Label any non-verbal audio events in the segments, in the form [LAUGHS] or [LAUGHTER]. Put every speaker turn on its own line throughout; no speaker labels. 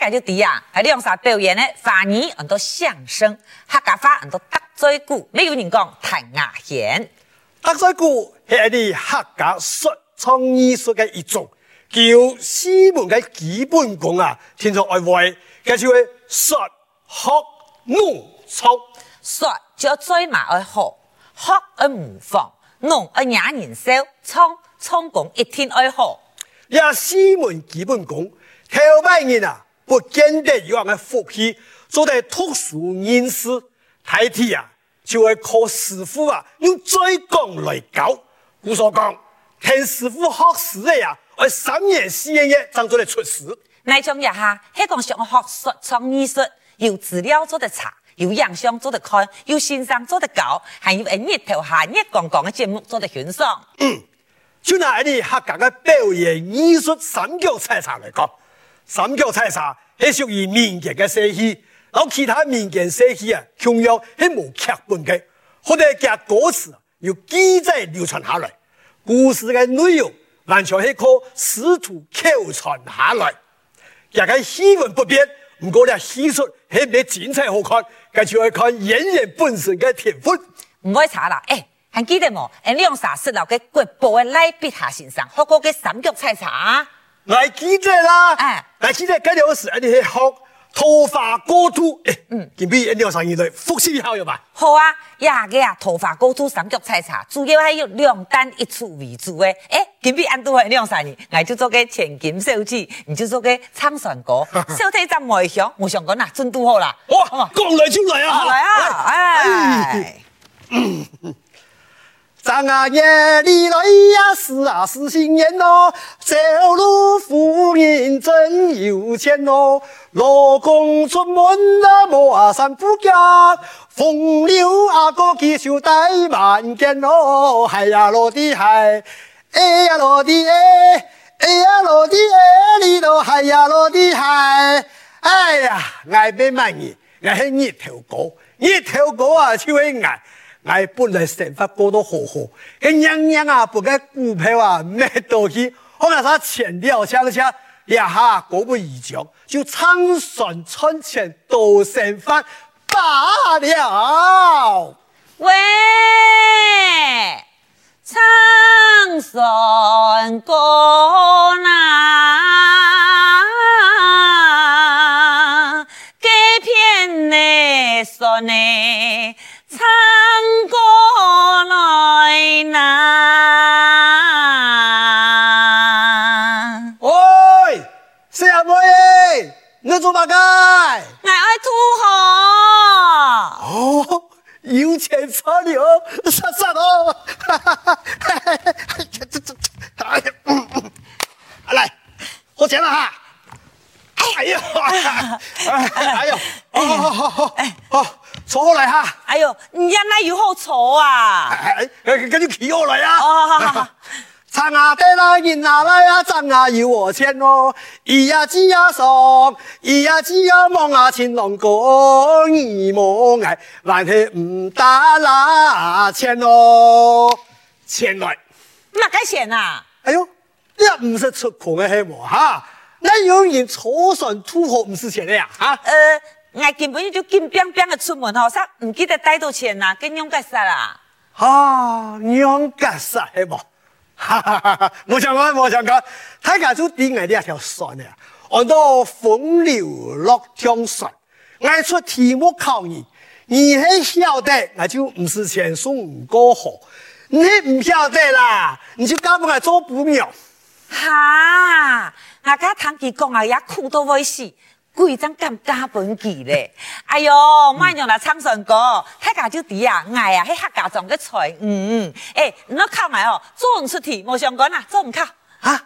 来就低啊，还利用啥表演呢？法语很多相声，客家话很多搭嘴鼓，例如人讲弹牙弦。
搭嘴鼓係啲客家說唱藝術嘅一種，叫四門嘅基本功啊，天作愛會，佢就會說學弄唱。
说就最嘛爱学，学爱模仿，弄爱雅人笑，唱唱功一天爱好。
也四門基本功，頭擺人啊，不見得有人嘅福氣，做得特殊人士代替啊，就會靠師傅啊用最講來教。古所講，聽師傅學師嘅呀，我三年四年當做嚟出師。
乃種一下，迄個想學說唱藝術，有資料做得查，有影像做得看，有先生做得教，還有誒熱頭下熱光光嘅節目做得欣賞。
就拿你客家嘅表演藝術三腳踩茶嚟講，三腳踩茶係屬於民間嘅社戲，而其他民間社戲啊，同樣係無劇本嘅，或者加歌詞由記載流傳下來，故事嘅內容完全係靠師徒口傳下來，也個戲文不變，唔過咧戲術係唔係精彩好看，佢就要看演員本身嘅天分。
唔該查啦，誒、欸還記得冇？欸誒，你用啥識留嘅國寶嘅賴碧霞先生學過嘅三腳踩茶啊？
来记者啦，
哎
来记者，今日我是你去学头发过度，哎，嗯，今日你有生意来复习一下有吧？
好啊，呀个啊，头发高处三脚踩茶，主要还有两单一处为主诶。诶，今日安都会两三年，我就做个千金小姐，你就做个唱山歌，小弟怎外向，我想讲呐，准度好啦。哦好
哇
嘛，
讲来就来啊！
来啊，哎，
张啊夜里来呀，是啊是新年哦，走路夫人真有钱哦，老公出门啊莫啊三不家，风流啊哥几手带万件哦，嗨呀落地嗨，哎呀落地哎，哎呀落地哎，你都嗨呀落地嗨，哎呀，爱别满意，爱是热头哥，热头哥啊就会爱。我本来成法过得好好，佢娘娘啊，不该股票啊买到去，我那啥钱了想想，一下果不一讲，就仓算存钱都成法罢了。
喂，唱山歌呐，给骗你说呢，唱歌来呐。
喂，四阿妹耶，你做乜嘅？
我爱土豪，
哦，有钱差你哦，杀杀哦，哈哈哈，这这这，哎呀，嗯嗯来，喝钱了哈。哎呀，哎呀，好好好好好，坐好来哈。
哎呦，人家那有好丑啊！
哎，跟住企我来啊。
哦，好好好，
唱啊得啦，人啊来啊，唱啊有我钱哦，咿呀叽呀爽，咿呀叽呀望啊情郎哥，你莫爱，还是唔打啦钱哦，钱来，
那该钱啊？
哎呦，你也唔是出穷的黑么哈？那有人草船土豪唔是钱的呀哈？
呃，我根本就金冰冰的出门吼，啥唔记得带到钱呐？跟用干啥啦？
啊，娘干啥黑 [LAUGHS] 么？哈哈哈哈！冇想讲，冇想讲，他家就顶我呢一条船呀，按到风流落江船，我出题目考你，你还晓得我就唔是前送过河，你唔晓得啦，你就干不我做不了。
哈，我家堂弟讲啊，也哭到要死。鬼张敢加本记嘞！哎呦，莫用来唱山歌，太家就低啊，爱啊，迄客家种个菜，嗯，诶、你靠来哦，做唔出题，冇想讲啦，做唔靠。
啊！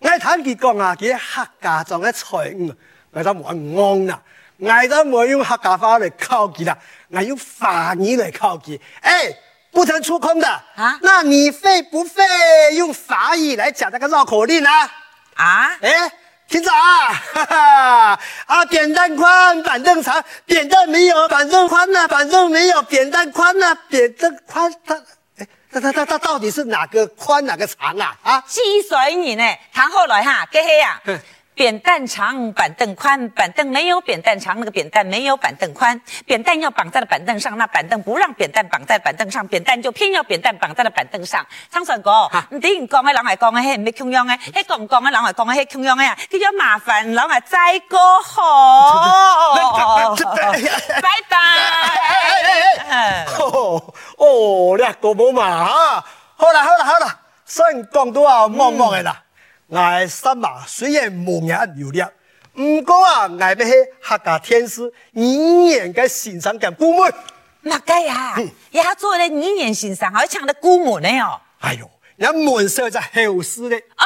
我坦白講啊，佢客家莊嘅財務，我就冇啱啦，我就冇用客家話嚟考佢啦，我用法語嚟考佢。哎，不曾出空的
啊
啊？那你會不會用法語嚟講那個繞口令啊？
啊？
哎，聽着啊，哈哈，啊，扁擔寬，板凳長，扁擔沒有，板凳寬呐、板凳沒有，扁擔寬呐、扁擔寬，它，哎，它它它它到底是哪個寬哪個長啊？啊？
四水人呢，谈好来哈，这些啊
嗯，
扁担长，板凳宽，板凳没有扁担长，那个扁担没有板凳宽，扁担要绑在了板凳上，那板凳不让扁担绑在板凳上，扁担就偏要扁担绑在了板凳上。昌顺哥，唔顶讲嘅人系讲嘅，迄唔系穷样嘅，迄讲唔讲嘅人系讲嘅，迄穷样嘅啊，佢叫麻烦人啊，再过好，拜拜。
哦，哦，你个无嘛啊！好啦好啦好啦，算讲到啊，茫茫的啦。我三马虽然无名有力，不过啊，我要去客家天师语言嘅欣赏跟部门。
那个呀，也做咧语言欣赏，还唱得古文的哦。
哎呦，人门色在后世的，
哦，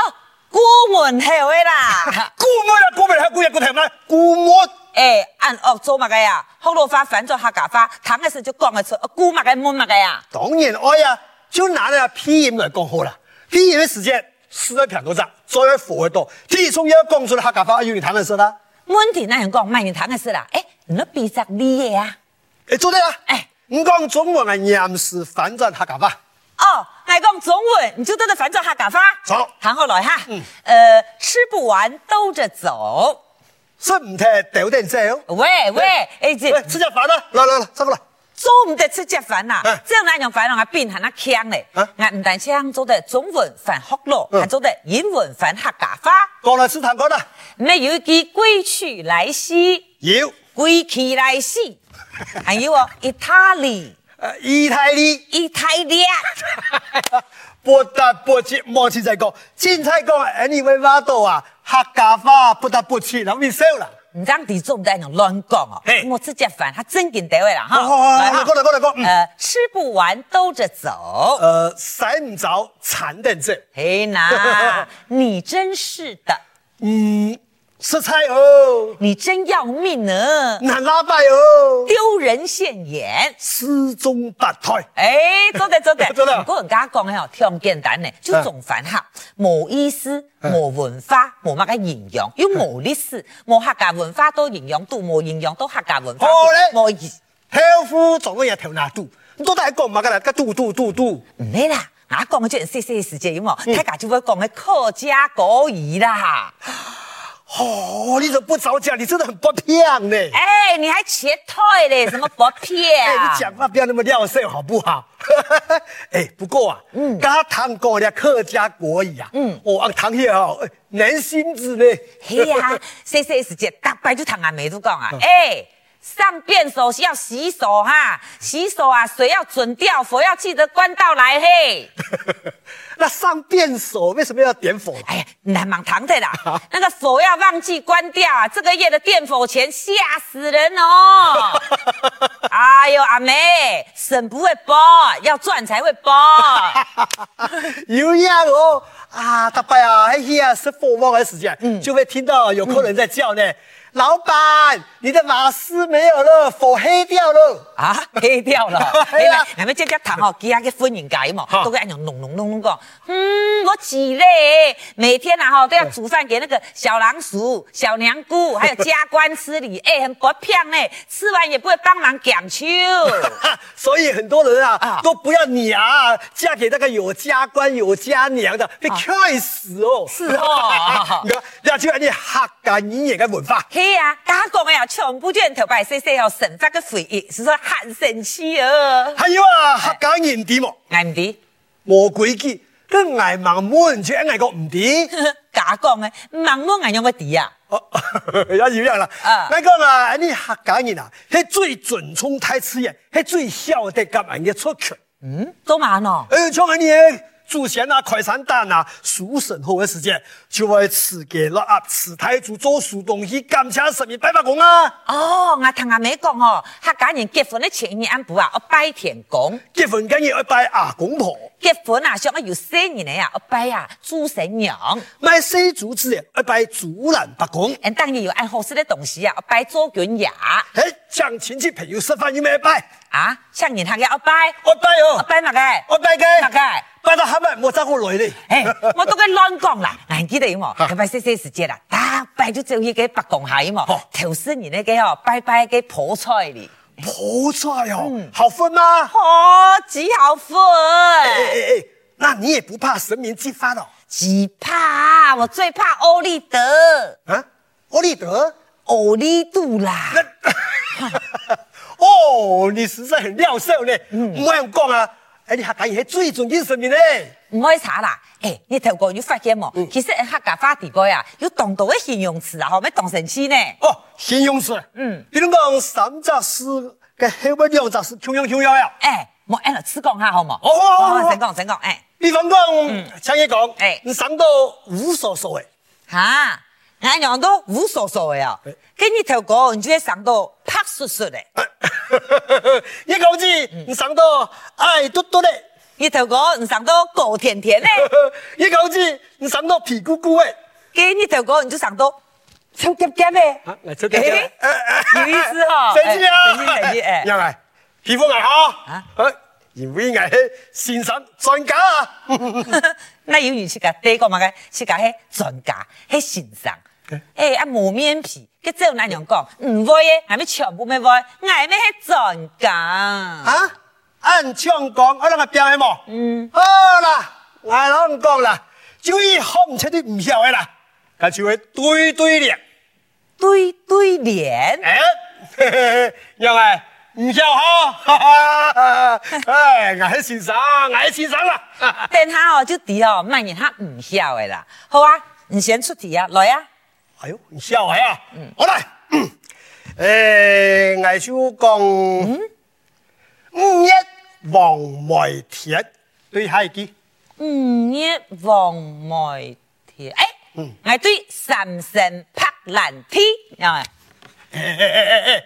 古文系位
[LAUGHS]
啦。
古门啊，古门啊，古人古台嘛，古门。
诶，按恶做乜嘅呀？福禄花反做客家花，谈嘅时就讲嘅呃出，古乜嘅文乜嘅呀？
当然爱啊，就拿那拼音来讲好了。拼音的时间是在平多站，作为符合到，提出要讲出的客家话，有人谈的是啦。
问题那样讲，慢人谈嘅事啦。诶，你比着你嘅啊？
诶，做对啦。
哎
哎，你讲中文的严是反转客家话，
哦，爱讲中文，你就对着反做客家花。
走嗯
谈好来哈。呃，吃不完兜着走。
说唔听丢点走。哎
喂喂，诶，这
喂，吃下饭啦，来来来，走过来。
做唔得吃只饭呐
啊，
这样那样饭让俺变成那腔嘞
啊，
俺唔但腔做得中文反福禄，
嗯
还做得英文反客家话。
过来吃糖果啦。
没有一句归去来兮，
有，
归去来兮，还有哦，意大利、
呃，意大利，
意大利，啊
不得不去，莫去再讲。凊彩讲，哎，你会话到啊，客家话不得不去，然后你笑啦。
唔当地做唔得那样乱讲哦
嘿。
我吃只饭，他真见得位啦哈。
好好好
来
好过来过来过来嗯
呃，吃不完兜着走。
呃，使唔着，馋点走。
嘿
[LAUGHS]
呐，你真是的，
嗯，食菜哦，
你真要命呢，
难拉拜哦，
丢人现眼。
四中八台，
哎，做得做得，
[LAUGHS] 做得嗯
不过人家讲的哦，挺简单的，就总烦哈，无意思，无文化，无乜嘅营养，
嗯
又无历史，无客家文化都营养度，无营养都客家文化
好嘞
冇意，
豆腐总共也头拿肚，都在讲嘛个啦，个肚肚肚肚，
唔咩啦。啊，讲嘅就细细时间有冇？
嗯
大家就会讲嘅客家国语啦。
哦，你怎么不早讲？你真的很不骗呢。
哎，你还切退嘞？什么薄片？
[LAUGHS] 哎，你讲话不要那么撂舌好不好？ [LAUGHS] 哎，不过啊，嗯，刚刚唐讲的客家国语啊，嗯，哦，啊，唐也哦，哎难心子呢。
嘿呀，细细时节，大摆就同阿妹都讲啊，哎、上便手是要洗手哈，洗手啊，水要准掉，火要记得关到来嘿。
[LAUGHS] 那上便手为什么要点啊火？
哎呀，你还忙堂的啦，那个火要忘记关掉啊，这个月的电火钱吓死人哦。哎呦，阿妹，省不会包，要赚才会包。
有呀哦，啊，大伯啊，哎呀，是火旺的时间，啊
嗯
就会听到有客人在叫呢，老板，你的瓦斯没有了，火黑掉了。，
啊，黑掉了哎
哎
呀
呀，
你们这只糖哦，给他去分人家嘛，
哈
都跟俺用弄弄弄弄讲，嗯，我几累，每天啊哈都要煮饭给那个小老鼠、小娘姑，还有家官吃里，哎，很不漂呢，吃完也不会帮忙讲究。
[LAUGHS] 哈所以很多人啊，
啊
都不要娘啊，嫁给那个有家官有家娘的，被害死
啊
哦。
是哦
[LAUGHS] 你看，那就按你客家语言的文化。
嘿呀，大家讲的呀，全部卷头摆细细哦，省发个回忆，是说很神奇
[LAUGHS]
哦。
还有啊，客家人点么？
俺唔 [LAUGHS] 知。
无规矩，跟挨盲门就挨个唔点。
假讲的，盲目俺用个底啊，
哦， [LAUGHS] 也一样啦。
啊
我讲啊，你客家人啊，迄最准冲太吃嘅，迄最晓得甲人嘅出去。
嗯，做嘛呢？
哎，像安尼的祖先啊、快餐蛋啊、熟神后的时间，就会吃给了啊，吃太祖做熟东西，感谢神明拜拜公啊。
哦，我听阿妹讲哦，客家人结婚的前一安不啊，我拜天公；
结婚梗要拜阿公婆，
结婚啊，想要有生年的呀，我拜啊祖神娘。
买四祖子的要拜祖兰伯公。
嗯，当然有按合适的东西啊，我拜左君爷
嘿，向亲戚朋友吃饭有没有拜？
啊，像人客家我拜，
我拜
我
哦，
拜嘛个，
我拜个，
嘛个。
拜到后尾冇走我来咧。
哎，我都跟乱讲啦，俺记得么？佢拜细细时节啦，啊拜就走去个白公蟹嘛
哦，
头先人那个哦拜拜个破菜哩，
好菜哦，好分吗？
哦，几好分。
哎哎哎，那你也不怕神明激发了？
极怕，我最怕欧立德、
啊，欧立德，
欧立度啦。
哦，你实在很料寿呢，
嗯
唔好用讲啊，哎，你还敢迄最尊敬神明呢？
唔可以查啦，诶、你头过有发现冇？其实客家话地歌啊，有同道嘅形容词啊，后咩同神器呢？
哦，形容词，
嗯，
比如讲三杂四，个后尾两杂四，穷样穷样呀。
诶、冇按了试讲下好冇？哦
好好好好好
成讲成讲，诶、
比方讲，像一讲，
哎
你三到无所所谓，
哈，俺娘都无所所的哦
诶，
跟你头过，你就会想到拍叔叔的。嗯
一讲子，你三到爱嘟嘟的，
你头过，你想到狗甜甜的，
一讲子，你三到屁股鼓的。
跟你头过，你就想到臭夹夹的。
啊来抽夹夹的
诶
哎哎
有意思哦。
[LAUGHS] 神奇啊！
神奇神奇，
[LAUGHS]
诶、
因为皮肤癌哈
啊，
哎因为癌是先生专家啊，
[LAUGHS] 那有你去甲第一个嘛个，去甲迄专家、迄先生，诶、啊磨面皮，佮只有那样讲，唔会诶，还咪全部咪会，爱咪迄专家。啊，
啊，按唱讲，我啷个表的冇？嗯，好啦，我啷讲啦，就以好唔切的唔晓的啦，佮就会对对的，
对对联，
[LAUGHS] 哎，嘿嘿嘿因为唔晓哈，哈 [LAUGHS] 哈，哎，癌先生，癌先生 [LAUGHS] 啦，哈哈
等下哦就提哦，慢人他唔晓的啦。好啊，你先出题啊，来啊，
哎呦，你笑哎呀，我 [CLEARS THROAT] 来，嗯诶，我就讲，五一黄梅田，对下一句，
五月黄梅天，诶、我对三生拍烂天，啊，
哎哎哎哎哎，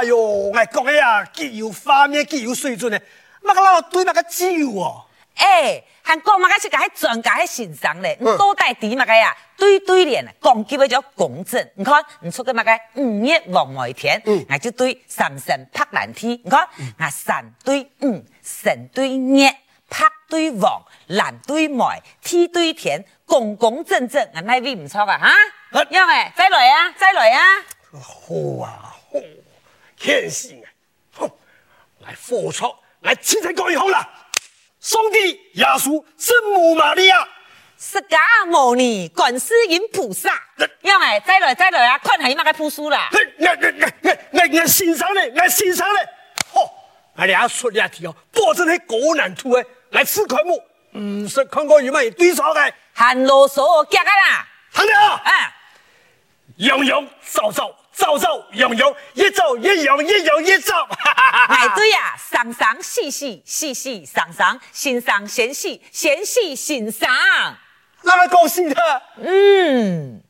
哎呦，我讲的呀，既有画面，既有水准的，那个老对那个酒哦，
诶、哎韩国嘛，个是甲迄专家迄欣赏咧，你
嗯
多代题嘛个呀，对对联讲究要叫公正。你看，你出个嘛个五月黄梅天，
嗯
我就对三生拍烂天。你看，我三对五，神对月，拍对黄，蓝对梅，天对田，公公正正，啊，那位唔错啊，哈
啊，
因为再来啊，再来啊，
好啊，好，天性啊，哼，来付出，来亲自讲一好啦，上帝、耶稣、圣母玛利亚。
释迦牟尼观世音菩萨，
哎
因为再来再来啊，看下伊嘛个朴素啦。
我我我我我欣赏嘞，我欣赏嘞。吼，俺俩说俩题哦，保证系国难出的，来吃科目，唔识看过有咩对手嘅，
很啰嗦，夹啊啦，
行了啊，
啊，
洋洋照照照照洋洋，一照一洋一洋一 [LAUGHS] 照，哈哈哈
排
哈。
队哎呀，上上细细细细上上，欣赏纤细纤细欣赏。
那么高兴的，
嗯，